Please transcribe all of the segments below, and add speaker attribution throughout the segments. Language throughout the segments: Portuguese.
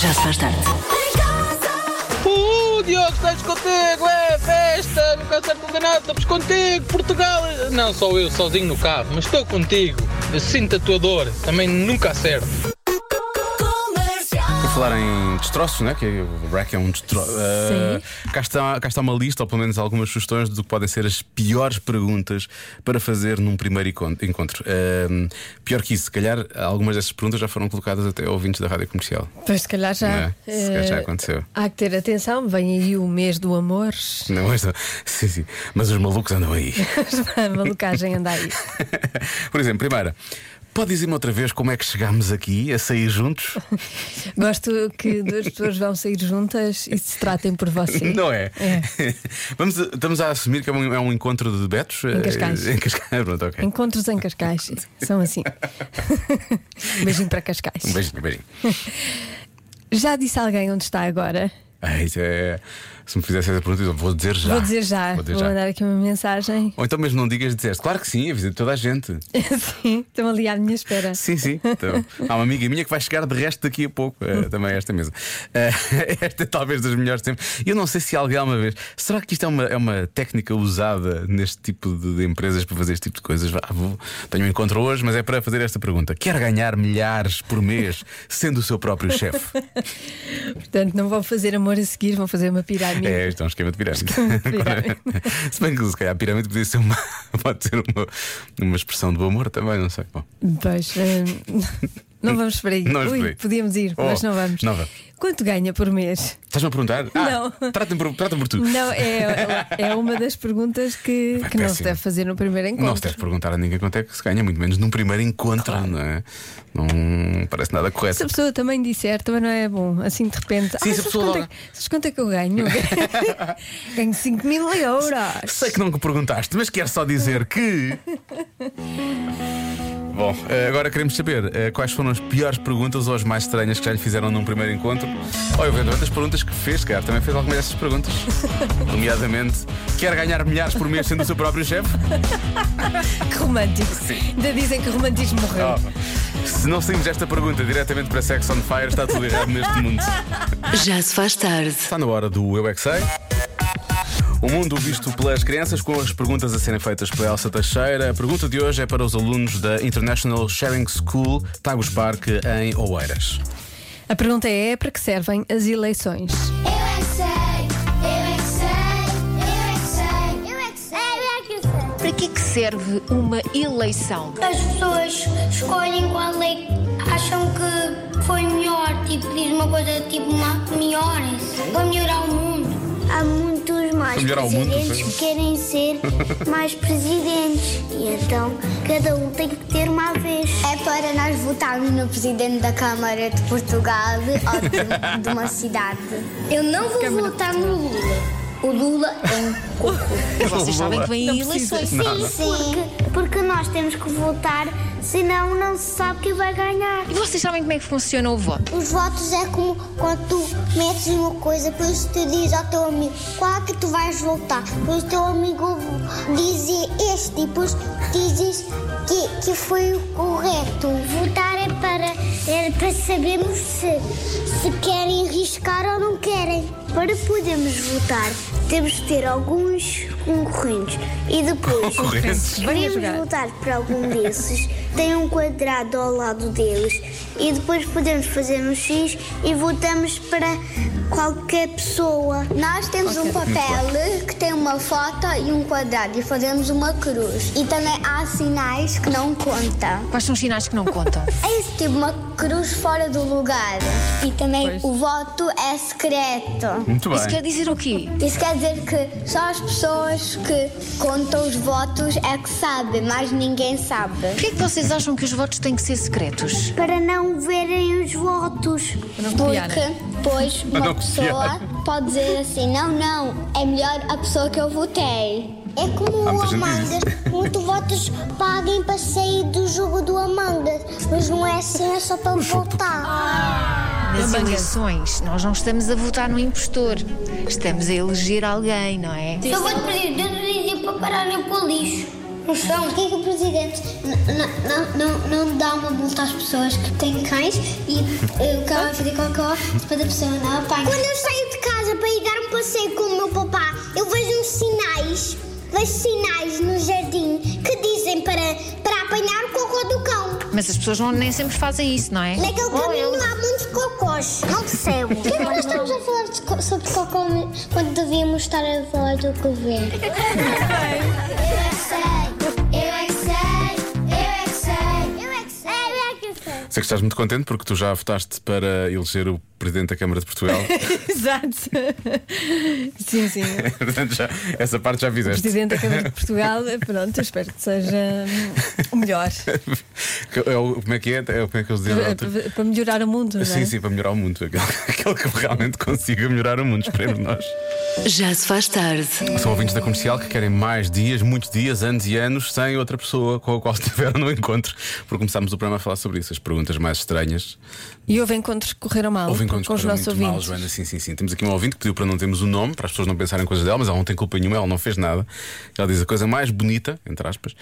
Speaker 1: Já se faz tarde.
Speaker 2: Uh, Diogo, estás contigo, é festa, no concerto do Renato, estamos contigo, Portugal. Não sou eu sozinho no carro, mas estou contigo. Eu sinto a tua dor, também nunca acerto.
Speaker 3: Por falar em destroços, né? que o Rack é um destroço. cá, está, cá está uma lista, ou pelo menos algumas sugestões, do que podem ser as piores perguntas para fazer num primeiro encon- encontro. Ahm, pior que isso, se calhar algumas dessas perguntas já foram colocadas até a ouvintes da rádio comercial.
Speaker 4: Pois, se calhar já.
Speaker 3: Não é? Se calhar já
Speaker 4: eh,
Speaker 3: aconteceu.
Speaker 4: Há que ter atenção, vem aí o mês do amor.
Speaker 3: Não, mas, sim, sim. mas os malucos andam aí.
Speaker 4: A malucagem anda aí.
Speaker 3: Por exemplo, primeira. Pode dizer-me outra vez como é que chegámos aqui a sair juntos?
Speaker 4: Gosto que duas pessoas vão sair juntas e se tratem por você.
Speaker 3: Não é? Vamos, a- estamos a assumir que é um, é um encontro de betos?
Speaker 4: Em Cascais.
Speaker 3: Em Cascais, pronto, ok. Um
Speaker 4: Encontros em Cascais são assim. Beijinho para Cascais.
Speaker 3: Um beijinho, um beijinho.
Speaker 4: Já disse alguém onde está agora?
Speaker 3: Ai, isso é- Se me fizesse essa pergunta, eu vou dizer já.
Speaker 4: Vou dizer já.
Speaker 3: Vou
Speaker 4: Vou,
Speaker 3: dizer já.
Speaker 4: mandar aqui uma mensagem.
Speaker 3: Ou então mesmo não digas, disseste. Claro que sim, avisei toda a gente.
Speaker 4: Sim, estão ali à minha espera.
Speaker 3: Sim, sim. Então, há uma amiga minha que vai chegar de resto daqui a pouco. eh, também a esta mesa. Eh, esta é talvez das melhores sempre. Eu não sei se alguém alguma vez. Será que isto é uma, é uma técnica usada neste tipo de, de empresas para fazer este tipo de coisas? Vá, vou- tenho um encontro hoje, mas é para fazer esta pergunta. Quer ganhar milhares por mês sendo o seu próprio chefe?
Speaker 4: Portanto, não vão fazer amor a seguir, vão fazer uma pirâmide.
Speaker 3: É, isto é um esquema de pirâmide.
Speaker 4: Esquema de pirâmide.
Speaker 3: se bem que se calhar pirâmide podia ser uma, pode ser uma, uma expressão do amor também, não sei. Bom,
Speaker 4: Pois, hum, não vamos por aí.
Speaker 3: Não vamos
Speaker 4: Ui,
Speaker 3: por aí.
Speaker 4: Podíamos ir,
Speaker 3: Oh,
Speaker 4: mas não vamos.
Speaker 3: não vamos.
Speaker 4: Quanto ganha por mês?
Speaker 3: estás-me a perguntar?
Speaker 4: Não.
Speaker 3: Trata-me por, trata por tu.
Speaker 4: Não, é, é uma das perguntas que,
Speaker 3: Vai,
Speaker 4: que É não se
Speaker 3: péssimo.
Speaker 4: deve fazer no primeiro encontro.
Speaker 3: Não se deve perguntar a ninguém quanto é que se ganha, muito menos num primeiro encontro, não é? Não parece nada
Speaker 4: Se
Speaker 3: correto.
Speaker 4: a pessoa também disser, também não é bom, assim de repente.
Speaker 3: Sim,
Speaker 4: ah,
Speaker 3: se a
Speaker 4: sabes
Speaker 3: pessoa
Speaker 4: quanto, é,
Speaker 3: logo-
Speaker 4: sabes quanto é que eu ganho? ganho 5 mil euros.
Speaker 3: Sei que não que perguntaste, mas quero só dizer que. Bom, eh, agora queremos saber eh, quais foram as piores perguntas ou as mais estranhas que já lhe fizeram num primeiro encontro. Ou eventualmente as perguntas que fez, cara, também fez alguma dessas perguntas. Nomeadamente, quer ganhar milhares por mês sendo o seu próprio chefe?
Speaker 4: Que romântico. Ainda dizem que o romantismo morreu.
Speaker 3: Oh, Se não saímos esta pergunta diretamente para Sex on Fire, está tudo errado neste mundo.
Speaker 1: Já se faz tarde.
Speaker 3: Está na hora do Eu é Que Sei. O mundo visto pelas crianças, com as perguntas a serem feitas pela Elsa Teixeira. A pergunta de hoje é para os alunos da International Sharing School Tagus Park, em Oeiras.
Speaker 4: A pergunta é: para que servem as eleições?
Speaker 5: Eu é que sei, eu é que sei, eu é que sei, eu é que sei, eu é que sei.
Speaker 6: Para que, é que serve uma eleição?
Speaker 5: As pessoas escolhem qual é que acham que foi melhor, tipo, diz uma coisa tipo uma melhor, para melhorar o mundo. Há muitos mais
Speaker 3: Melhorar o mundo, presidentes sim.
Speaker 5: que querem ser mais presidentes e então cada um tem que ter uma vez. É para nós votarmos no presidente da Câmara de Portugal ou de, uma cidade. Eu não vou votar no Lula. O Lula é um
Speaker 6: Mas vocês sabem que vêm eleições.
Speaker 5: Sim, sim. Porque, porque nós temos que votar, senão não se sabe quem vai ganhar.
Speaker 6: E vocês sabem como é que funciona o voto?
Speaker 5: Os votos é como quando tu metes uma coisa, depois tu dizes ao teu amigo qual é que tu vais votar. Depois o teu amigo diz este e depois dizes que, que foi o correto. Votar é para, é para sabermos se, se querem riscar ou não querem. Para podermos votar, temos que ter alguns concorrentes e depois.
Speaker 3: Correntes.
Speaker 4: Venha
Speaker 5: Podemos
Speaker 4: jogar.
Speaker 5: voltar para algum desses. Tem um quadrado ao lado deles. E depois podemos fazer um X e voltamos para qualquer pessoa. Nós temos um papel que tem uma foto e um quadrado. E fazemos uma cruz. E também há sinais que não contam.
Speaker 6: Quais são os sinais que não contam?
Speaker 5: É isso, tipo uma cruz fora do lugar. E também
Speaker 4: Pois.
Speaker 5: o voto é secreto.
Speaker 3: Muito
Speaker 6: Isso quer
Speaker 3: bem.
Speaker 6: dizer o quê?
Speaker 5: Isso quer dizer que só as pessoas que contam os votos é que sabem, mas ninguém sabe.
Speaker 6: Porquê é que vocês acham que os votos têm que ser secretos?
Speaker 5: Para não verem os votos.
Speaker 4: Para não né? copiarem.
Speaker 5: Porque depois
Speaker 3: Para não
Speaker 5: uma pessoa pode dizer assim: não, não, é melhor a pessoa que eu votei. É como
Speaker 3: Há
Speaker 5: o
Speaker 3: muita gente que
Speaker 5: Among
Speaker 3: diz
Speaker 5: Us. Muitos votos paguem para sair do jogo do Among Us, mas não é assim, é só para votar.
Speaker 6: Nas eleições, nós não estamos a votar no impostor. Estamos a eleger alguém, não é?
Speaker 5: Eu vou te pedir, eu te para pararem para o lixo. no chão. Por que, é que o presidente n- n- não, não, não dá uma multa às pessoas que têm cães e eh, o cão vai fazer cocó depois a pessoa não apanha? Quando eu saio de casa para ir dar um passeio com o meu papá, eu vejo uns sinais, vejo sinais no jardim que dizem para, para apanhar o cocó do cão.
Speaker 6: Mas as pessoas não, nem sempre fazem isso, não é?
Speaker 5: Naquele caminho há muitos cocós. Não percebo. Por que nós estamos a falar sobre cocó quando devíamos estar a falar do governo? Eu é que sei. Eu é que sei. Eu é que sei. Eu é que sei. Eu é que sei.
Speaker 3: Sei que estás muito contente porque tu já votaste para eleger o Presidente da Câmara de Portugal.
Speaker 4: Exato. Sim, sim.
Speaker 3: Portanto, já- essa parte já fizeste.
Speaker 4: Presidente da Câmara de Portugal, pronto, eu espero que seja hum, o melhor.
Speaker 3: Que é o- como é que é? É o- Como é que eles dizem?
Speaker 4: Para, para- para melhorar o mundo, não é?
Speaker 3: Sim, sim, para melhorar o mundo. Aquele, aquele que realmente consiga melhorar o mundo, esperemos nós.
Speaker 1: Já se faz tarde.
Speaker 3: São ouvintes da comercial que querem mais dias, muitos dias, anos e anos, sem outra pessoa com a qual estiveram no encontro. Porque começámos o programa a falar sobre isso, as perguntas mais estranhas.
Speaker 4: E houve encontros que correram mal
Speaker 3: Houve encontros
Speaker 4: com os
Speaker 3: que correram
Speaker 4: nossos
Speaker 3: muito mal,
Speaker 4: ouvintes.
Speaker 3: Joana. Sim, sim, sim. Temos aqui um ouvinte que pediu para não termos o nome, para as pessoas não pensarem coisas dela, mas ela não tem culpa nenhuma, ela não fez nada. Ela diz a coisa mais bonita, entre aspas,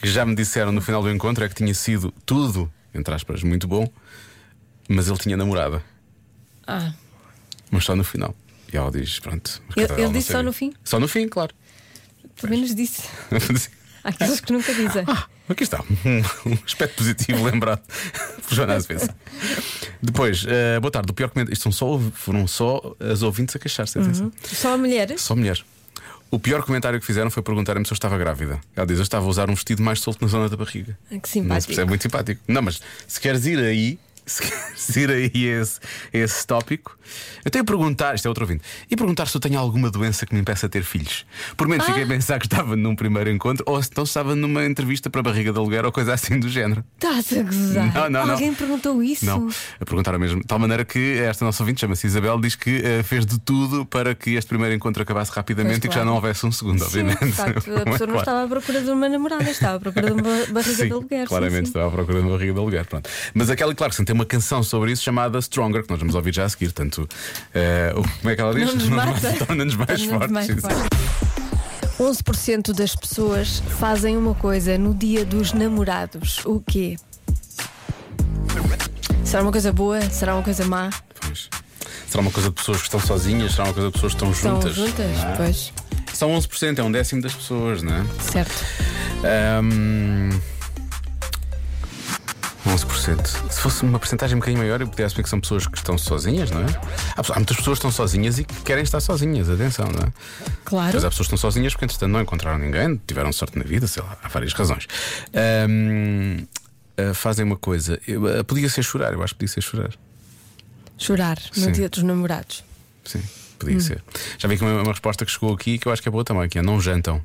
Speaker 3: que já me disseram no final do encontro é que tinha sido tudo, entre aspas, muito bom, mas ele tinha namorada.
Speaker 4: Ah.
Speaker 3: Mas só no final. E ela diz, pronto. mas
Speaker 4: Ele-
Speaker 3: coitada,
Speaker 4: ele
Speaker 3: ela não
Speaker 4: disse só
Speaker 3: sabia.
Speaker 4: no fim?
Speaker 3: Só no fim, claro.
Speaker 4: Pelo menos disse. Há aqueles que nunca dizem.
Speaker 3: Ah, Aqui está, um aspecto positivo lembrado por Joana Azevedo. Depois, eh, boa tarde. O pior comentário. Isto são só, foram só as ouvintes a queixar-se. atenção.
Speaker 4: Só a mulher?
Speaker 3: Só mulheres. O pior comentário que fizeram foi perguntar-me se eu estava grávida. Ela diz: Eu estava a usar um vestido mais solto na zona da barriga.
Speaker 4: Ah, que
Speaker 3: Não se
Speaker 4: simpático.
Speaker 3: percebe muito simpático. Não, mas se queres ir aí, se queres ir aí a esse, a esse tópico, eu tenho a perguntar, isto é outro ouvinte, e perguntar se eu tenho alguma doença que me impeça de ter filhos. Por menos
Speaker 4: Ah.
Speaker 3: fiquei a pensar que estava num primeiro encontro ou se então estava numa entrevista para barriga de aluguer ou coisa assim do género.
Speaker 4: Estás a gozar.
Speaker 3: Não, não, não.
Speaker 4: Alguém perguntou isso?
Speaker 3: Não, a perguntar mesmo. De tal maneira que esta nossa ouvinte, chama-se Isabel, diz que eh, fez de tudo para que este primeiro encontro acabasse rapidamente
Speaker 4: Pois,
Speaker 3: e que já
Speaker 4: claro.
Speaker 3: não houvesse um segundo,
Speaker 4: Sim,
Speaker 3: obviamente.
Speaker 4: de facto, a
Speaker 3: Como
Speaker 4: pessoa
Speaker 3: é
Speaker 4: não
Speaker 3: claro.
Speaker 4: estava à procura de uma namorada, estava à procura de uma ba- barriga
Speaker 3: Sim,
Speaker 4: de aluguer.
Speaker 3: Claramente
Speaker 4: sim, sim.
Speaker 3: estava à procura de uma barriga de aluguer. Pronto. Mas a Kelly Clarkson tem uma canção sobre isso chamada Stronger, que nós vamos ouvir já a seguir. Tanto, eh, o- como é que ela diz?
Speaker 4: Não nos mata.
Speaker 3: Torna-nos mais
Speaker 4: Torna-nos
Speaker 3: fortes.
Speaker 4: mais
Speaker 3: Sim, sim.
Speaker 4: fortes. 11% das pessoas fazem uma coisa no dia dos namorados. O quê? Será uma coisa boa? Será uma coisa má?
Speaker 3: Pois. Será uma coisa de pessoas que estão sozinhas? Será uma coisa de pessoas que estão
Speaker 4: São
Speaker 3: juntas?
Speaker 4: juntas?
Speaker 3: não é?
Speaker 4: Pois,
Speaker 3: São 11%, é um décimo das pessoas, não é?
Speaker 4: certo.
Speaker 3: Ahm, 11%. Se fosse uma porcentagem um bocadinho maior, eu pudesse ver que são pessoas que estão sozinhas, não é? Há, pessoas- há muitas pessoas que estão sozinhas e que querem estar sozinhas, atenção, não é?
Speaker 4: Claro.
Speaker 3: Mas há pessoas que estão sozinhas porque, entretanto, não encontraram ninguém, tiveram sorte na vida, sei lá, há várias razões. Ahm, ah, fazem uma coisa. Eu, ah, podia ser chorar, eu acho que podia ser chorar.
Speaker 4: Chorar
Speaker 3: Sim.
Speaker 4: no dia dos namorados.
Speaker 3: Sim,
Speaker 4: Hum.
Speaker 3: podia ser. Já vi aqui uma, uma resposta que chegou aqui que eu acho que é boa também, que é não jantam.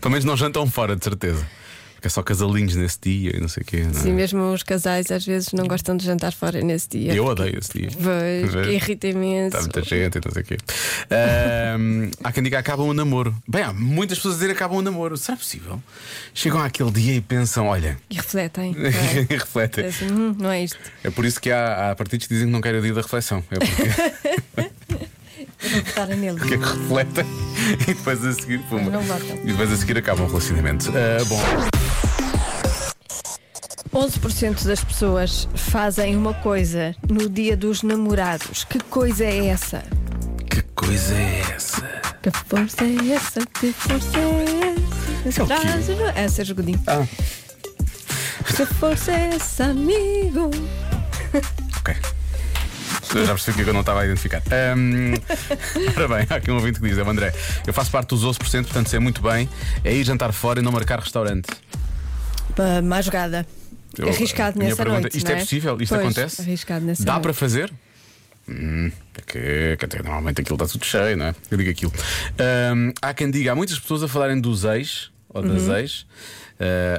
Speaker 3: Pelo menos não jantam fora, de certeza. Porque é só casalinhos nesse dia e não sei o quê. não é?
Speaker 4: Sim, mesmo os casais às vezes não gostam de jantar fora nesse dia.
Speaker 3: Eu é. Tá. odeio esse dia.
Speaker 4: Pois,
Speaker 3: Vês?
Speaker 4: que irrita imenso.
Speaker 3: Está muita gente e não sei o quê. Ahm, há quem diga acabam o namoro. Bem, há muitas pessoas a dizer acabam o namoro. Será possível? Chegam àquele dia e pensam: olha,
Speaker 4: E refletem. não é?
Speaker 3: e refletem.
Speaker 4: Assim, "Hum, não é isto.
Speaker 3: É por isso que há, há partidos que dizem que não querem o dia da reflexão. É porque,
Speaker 4: Não votarem nele.
Speaker 3: porque é que refletem e depois a seguir, pumba.
Speaker 4: Não votam.
Speaker 3: E depois a seguir acabam o relacionamento. Ah, bom,
Speaker 4: 11% das pessoas fazem uma coisa no dia dos namorados. Que coisa é essa?
Speaker 3: que coisa é essa?
Speaker 4: Que força é essa? Que força é
Speaker 3: Isso é
Speaker 4: essa?
Speaker 3: o quê?
Speaker 4: Traz o- É Sérgio Godinho.
Speaker 3: Ah.
Speaker 4: Que força é essa, amigo?
Speaker 3: Ok. Eu já percebi que eu não estava a identificar. Ahm, ora bem, há aqui um ouvinte que diz: é o André, eu faço parte dos 11%, portanto, sei muito bem, é ir jantar fora e não marcar restaurante.
Speaker 4: Pá, Má jogada.
Speaker 3: Eu-
Speaker 4: arriscado
Speaker 3: a minha
Speaker 4: nessa
Speaker 3: pergunta,
Speaker 4: noite.
Speaker 3: Isto
Speaker 4: não
Speaker 3: é possível? Isto
Speaker 4: Pois,
Speaker 3: acontece?
Speaker 4: Arriscado nessa
Speaker 3: Dá
Speaker 4: noite.
Speaker 3: para fazer? Hum, é que, que até normalmente aquilo está tudo cheio, não é? Eu digo aquilo. Ahm, há quem diga, há muitas pessoas a falarem dos ex ou das
Speaker 4: Uhum.
Speaker 3: ex.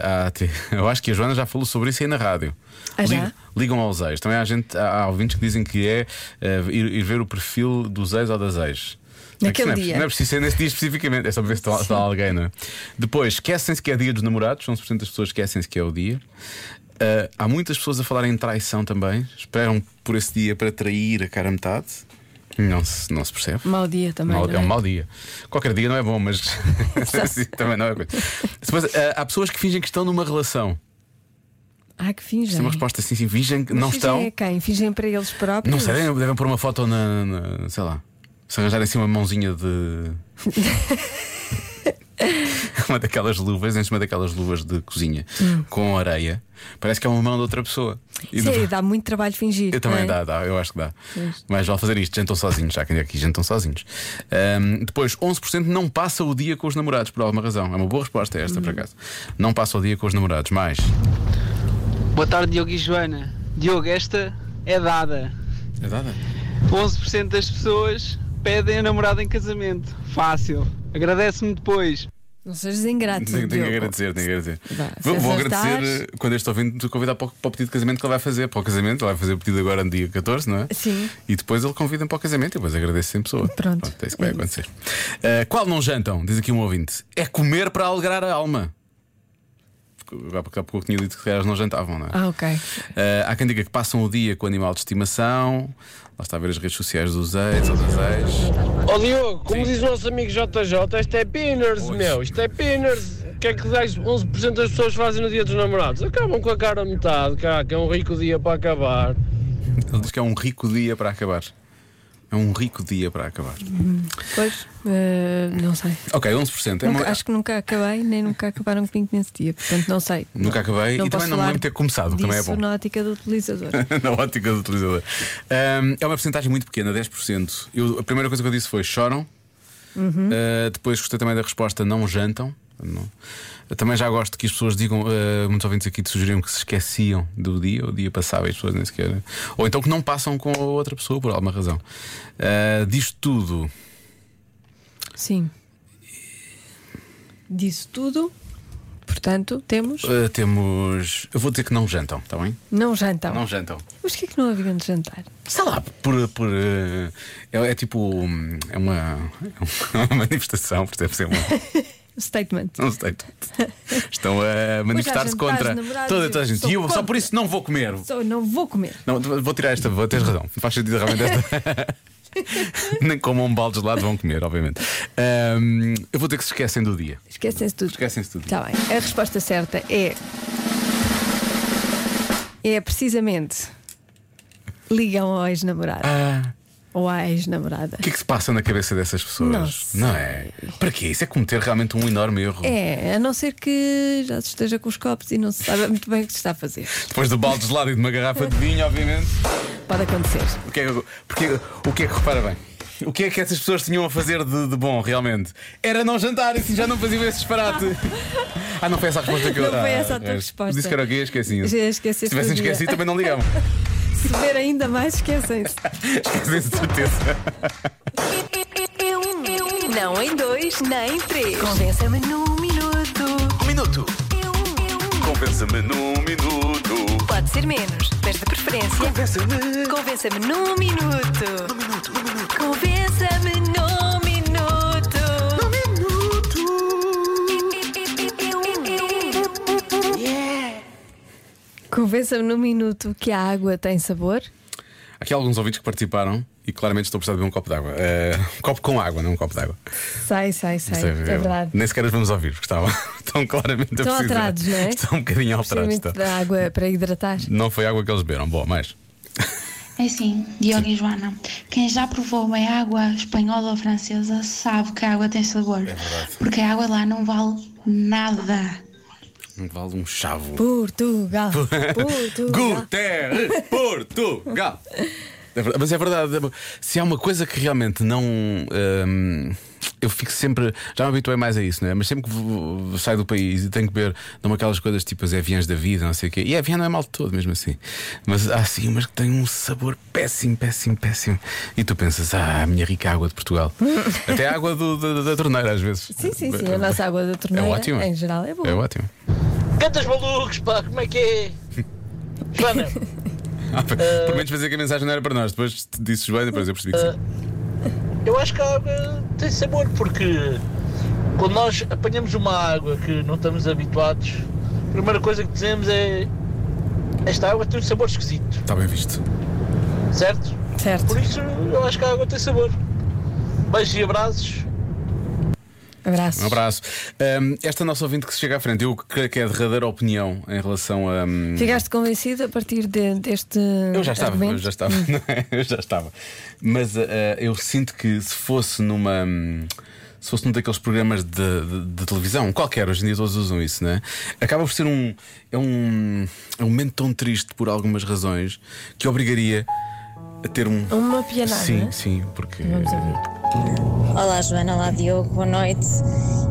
Speaker 3: Ah, há até- eu acho que a Joana já falou sobre isso aí na rádio.
Speaker 4: Ah, já?
Speaker 3: Ligam- Ligam aos ex. Também há, gente, há, há ouvintes que dizem que é ah, ir, ir ver o perfil dos ex ou das ex. É que
Speaker 4: Naquele
Speaker 3: não é,
Speaker 4: dia.
Speaker 3: Não é preciso ser nesse dia especificamente, é só para ver se está, está lá alguém, não é? Depois, esquecem-se que é dia dos namorados, 11% das pessoas esquecem-se que é o dia. Ah, há muitas pessoas a falarem em traição também, esperam por esse dia para trair a cara metade. Não se, não se percebe.
Speaker 4: Mau dia também.
Speaker 3: Mau-
Speaker 4: não
Speaker 3: É um
Speaker 4: é?
Speaker 3: mau dia. Qualquer dia não é bom, mas Sim, também não é coisa. Depois, ah, há pessoas que fingem que estão numa relação.
Speaker 4: Ah, que
Speaker 3: Isto é
Speaker 4: fingem.
Speaker 3: uma resposta assim, sim, fingem que
Speaker 4: Mas
Speaker 3: não
Speaker 4: fingem é
Speaker 3: estão.
Speaker 4: a quem? Fingem para eles próprios?
Speaker 3: Não sei, devem, devem pôr uma foto na, na- sei lá. Se arranjarem assim uma mãozinha de. uma daquelas luvas, em cima daquelas luvas de cozinha,
Speaker 4: Hum.
Speaker 3: com areia. Parece que é uma mão de outra pessoa. E
Speaker 4: Isso
Speaker 3: de-
Speaker 4: aí dá muito trabalho fingir.
Speaker 3: Eu também
Speaker 4: não é?
Speaker 3: dá, dá, eu acho que dá. Mas vale fazer isto, jantam sozinhos, já quem é aqui jantam sozinhos. Ahm, depois, 11% não passa o dia com os namorados, por alguma razão. É uma boa resposta esta, por acaso. Não passa o dia com os namorados, mais.
Speaker 7: Boa tarde, Diogo e Joana. Diogo, esta é dada.
Speaker 3: É dada?
Speaker 7: 11% das pessoas pedem a namorada em casamento. Fácil. Agradece-me depois.
Speaker 4: Não sejas ingrato.
Speaker 3: Tenho, tenho
Speaker 4: Diogo.
Speaker 3: que agradecer, tenho que agradecer.
Speaker 4: Vá,
Speaker 3: vou
Speaker 4: se
Speaker 3: vou
Speaker 4: acertares-
Speaker 3: agradecer eh, quando este ouvinte te convidar para o, para o pedido de casamento que ele vai fazer. Para o casamento, ele vai fazer o pedido agora no dia 14, não é?
Speaker 4: Sim.
Speaker 3: E depois ele convida-me para o casamento e depois agradeço em pessoa.
Speaker 4: Pronto,
Speaker 3: é isso que vai
Speaker 4: é isso.
Speaker 3: acontecer. Eh, qual não jantam? Diz aqui um ouvinte. É comer para alegrar a alma. Porque Há pouco há pouco eu tinha dito que elas não jantavam, não é?
Speaker 4: Ah, ok.
Speaker 3: Eh, há quem diga que passam o dia com o animal de estimação. Lá está a ver as redes sociais dos ex ou das ex.
Speaker 8: Ó Diogo, como diz o nosso amigo JJ, isto é pinners, meu, isto é pinners. O que é que 10, 11% das pessoas fazem no dia dos namorados? Acabam com a cara a metade, cá, que é um rico dia para acabar.
Speaker 3: Ele diz que é um rico dia para acabar. É um rico dia para acabar.
Speaker 4: Pois, eh, não sei.
Speaker 3: Ok, 11%. É
Speaker 4: Nunca-
Speaker 3: uma-
Speaker 4: Acho que nunca acabei, nem nunca acabaram comigo nesse dia. Portanto, não sei.
Speaker 3: Nunca acabei e
Speaker 4: posso
Speaker 3: também não me
Speaker 4: falar
Speaker 3: lembro de ter começado, o que também é
Speaker 4: disso
Speaker 3: bom.
Speaker 4: na ótica do utilizador.
Speaker 3: Na ótica do utilizador. Ahm, é uma porcentagem muito pequena, 10%. Eu, a primeira coisa que eu disse foi choram.
Speaker 4: Uhum.
Speaker 3: Ah, depois gostei também da resposta não jantam. Não. Eu também já gosto que as pessoas digam, ah, muitos ouvintes aqui te sugeriram que se esqueciam do dia, o dia passava e as pessoas nem sequer. Ou então que não passam com a outra pessoa por alguma razão. Ah, disto tudo,
Speaker 4: Sim. Disso tudo, portanto, temos.
Speaker 3: ah, temos. Eu vou dizer que não jantam, está bem?
Speaker 4: Não jantam.
Speaker 3: Não jantam.
Speaker 4: Mas o que é que não havia de jantar?
Speaker 3: Sei lá, por. por, eh, é, é tipo. hum, É uma, é uma manifestação, percebes? É uma-
Speaker 4: Statement.
Speaker 3: não sei. Estão a manifestar-se
Speaker 4: jantares
Speaker 3: contra
Speaker 4: namorados,
Speaker 3: toda,
Speaker 4: eu
Speaker 3: toda a gente.
Speaker 4: sou
Speaker 3: E eu só
Speaker 4: contra.
Speaker 3: por isso não vou comer.
Speaker 4: Só não vou comer.
Speaker 3: Não, vou tirar esta, vou, tens razão. Faz sentido realmente esta. Nem como um balde de lado vão comer, obviamente. Ahm, eu vou ter que se esquecem do dia.
Speaker 4: Esquecem-se tudo.
Speaker 3: Esquecem-se tudo.
Speaker 4: Está bem. A resposta certa é. É precisamente. Ligam ao ex-namorado.
Speaker 3: Ah,
Speaker 4: Ou à ex-namorada.
Speaker 3: o que é que se passa na cabeça dessas pessoas?
Speaker 4: Não sei.
Speaker 3: Não é? Para quê? Isso é cometer realmente um enorme erro.
Speaker 4: É, a não ser que já se esteja com os copos e não se saiba muito bem o que se está a fazer.
Speaker 3: Depois do balde de lado e de uma garrafa de vinho, obviamente.
Speaker 4: Pode acontecer.
Speaker 3: O que é que, porque, o que é que, repara bem, o que é que essas pessoas tinham a fazer de, de bom realmente? Era não jantar, assim já não faziam esse disparate. ah, não foi essa a resposta que eu
Speaker 4: Não foi essa a tua
Speaker 3: Ah,
Speaker 4: resposta.
Speaker 3: Disse que era o quê? Esqueci.
Speaker 4: Já esqueceste
Speaker 3: Se
Speaker 4: do
Speaker 3: tivessem
Speaker 4: dia.
Speaker 3: esquecido, também não ligavam.
Speaker 4: Se ver ainda mais, esquecem-se.
Speaker 3: Esqueci de certeza.
Speaker 1: um, Não em dois, nem em três. Convença-me num minuto. Um minuto. um,
Speaker 3: Compensa-me num minuto.
Speaker 1: Pode ser menos, mas de preferência. Convença-me. Convença-me num minuto. Num minuto, num minuto. Convença-me num minuto. Num minuto.
Speaker 4: Convença-me num minuto que a água tem sabor.
Speaker 3: Aqui há alguns ouvintes que participaram e claramente estou a precisar de beber um copo de água. Eh, um copo com água, não um copo de água.
Speaker 4: Sai, sai, sai.
Speaker 3: Isto
Speaker 4: É verdade.
Speaker 3: Nem sequer os vamos ouvir, porque estavam, estão claramente a
Speaker 4: Estão
Speaker 3: precisar.
Speaker 4: alterados, não é?
Speaker 3: Estão um bocadinho alterados.
Speaker 4: Precisamente
Speaker 3: estão.
Speaker 4: da água para hidratar.
Speaker 3: Não foi água que eles beberam. Bom, mais.
Speaker 9: É assim, Diogo e Joana, quem já provou bem água espanhola ou francesa sabe que a água tem sabor. porque a água lá não vale nada.
Speaker 3: Vale um chavo.
Speaker 4: Portugal. Portugal.
Speaker 3: Guterres, Portugal. É verdade, Mas é verdade, é bo- se há uma coisa que realmente não. hum, eu fico sempre. Já me habituei mais a isso, não é? Mas sempre que vou- vou- saio do país e tenho que beber, dão aquelas coisas tipo as aviãs da vida, não sei o quê. E a aviã não é mal de todo, mesmo assim. Mas há sim umas que têm um sabor péssimo, péssimo, péssimo. E tu pensas, ah, a minha rica água de Portugal. Até a água do- da, da torneira, às vezes.
Speaker 4: Sim, sim, sim. A nossa água da
Speaker 3: É
Speaker 4: torneira,
Speaker 3: ótima.
Speaker 4: em geral, é boa.
Speaker 3: É ótimo.
Speaker 2: Cantas malucos, pá, como é que é? Joana,
Speaker 3: Ah, pá, Por menos fazer que a mensagem não era para nós. Depois te disses bem, depois eu percebi que sim.
Speaker 2: eu acho que a água tem sabor, porque quando nós apanhamos uma água que não estamos habituados, a primeira coisa que dizemos é: esta água tem um sabor esquisito.
Speaker 3: Está bem Tá visto.
Speaker 2: certo?
Speaker 4: Certo.
Speaker 2: Por isso eu acho que a água tem sabor. Beijos e abraços.
Speaker 4: Abraço.
Speaker 3: Um abraço. Ahm, esta nossa ouvinte que se chega à frente, eu creio que é a derradeira opinião em relação a. hum,
Speaker 4: Ficaste convencido a partir de- deste.
Speaker 3: Eu já estava,
Speaker 4: argumento?
Speaker 3: eu já estava, não é? eu já estava. Mas eh, eu sinto que se fosse numa. hum, Se fosse num daqueles programas de, de- de televisão, qualquer, hoje em dia todos usam isso, não é? Acaba por ser um. É um, é um momento tão triste por algumas razões que obrigaria a ter um.
Speaker 4: Uma pianada.
Speaker 3: Sim, sim, porque.
Speaker 4: é? Vamos ouvir.
Speaker 10: Olá Joana, olá Diogo, boa noite.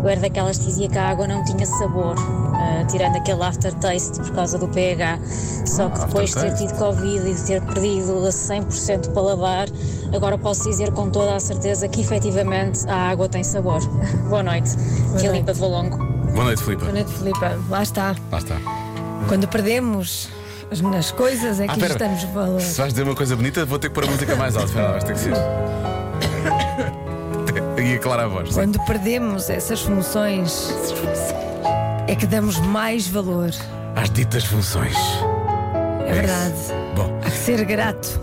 Speaker 10: Eu era daquelas que dizia que a água não tinha sabor, eh, tirando aquele aftertaste por causa do pH. Só
Speaker 3: Ah,
Speaker 10: que depois de ter
Speaker 3: aftertaste.
Speaker 10: tido Covid e de ter perdido a 100% o paladar, agora posso dizer com toda a certeza que efetivamente a água tem sabor. boa noite. Que
Speaker 4: noite.
Speaker 10: limpa vou longo.
Speaker 3: Boa noite, Filipe.
Speaker 4: Boa noite, Filipa. Lá está.
Speaker 3: Lá está.
Speaker 4: Quando perdemos as, nas coisas é que
Speaker 3: Ah, espera.
Speaker 4: estamos valor.
Speaker 3: Se vais dizer uma coisa bonita, vou ter que pôr a música mais alta. Espera lá, vais ter que ser. E aclarar a voz. sim.
Speaker 4: Quando perdemos essas funções é que damos mais valor.
Speaker 3: Às ditas funções.
Speaker 4: É
Speaker 3: isso.
Speaker 4: verdade.
Speaker 3: Bom,
Speaker 4: Há que ser grato.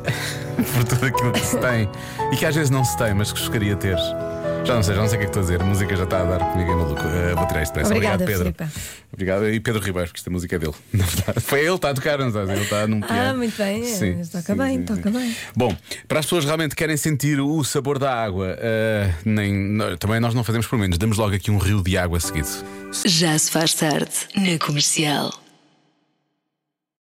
Speaker 3: por tudo aquilo que se tem e que às vezes não se tem, mas que gostaria de ter. Já não sei, já não sei o que é que estou a dizer. A música já está a dar comigo é maluco. Eh, vou tirar isto depressa.
Speaker 4: Obrigada,
Speaker 3: Obrigado, Pedro.
Speaker 4: Filipa.
Speaker 3: Obrigado. E Pedro Ribeiro, porque esta música é dele. na verdade. Foi ele que está a tocar, não sabes? Ele está num piano.
Speaker 4: Ah, muito bem, mas toca bem, toca bem.
Speaker 3: Bom, para as pessoas que realmente querem sentir o sabor da água, eh, nem, no- também nós não fazemos por menos. Damos logo aqui um rio de água seguido.
Speaker 1: Já se faz tarde na comercial.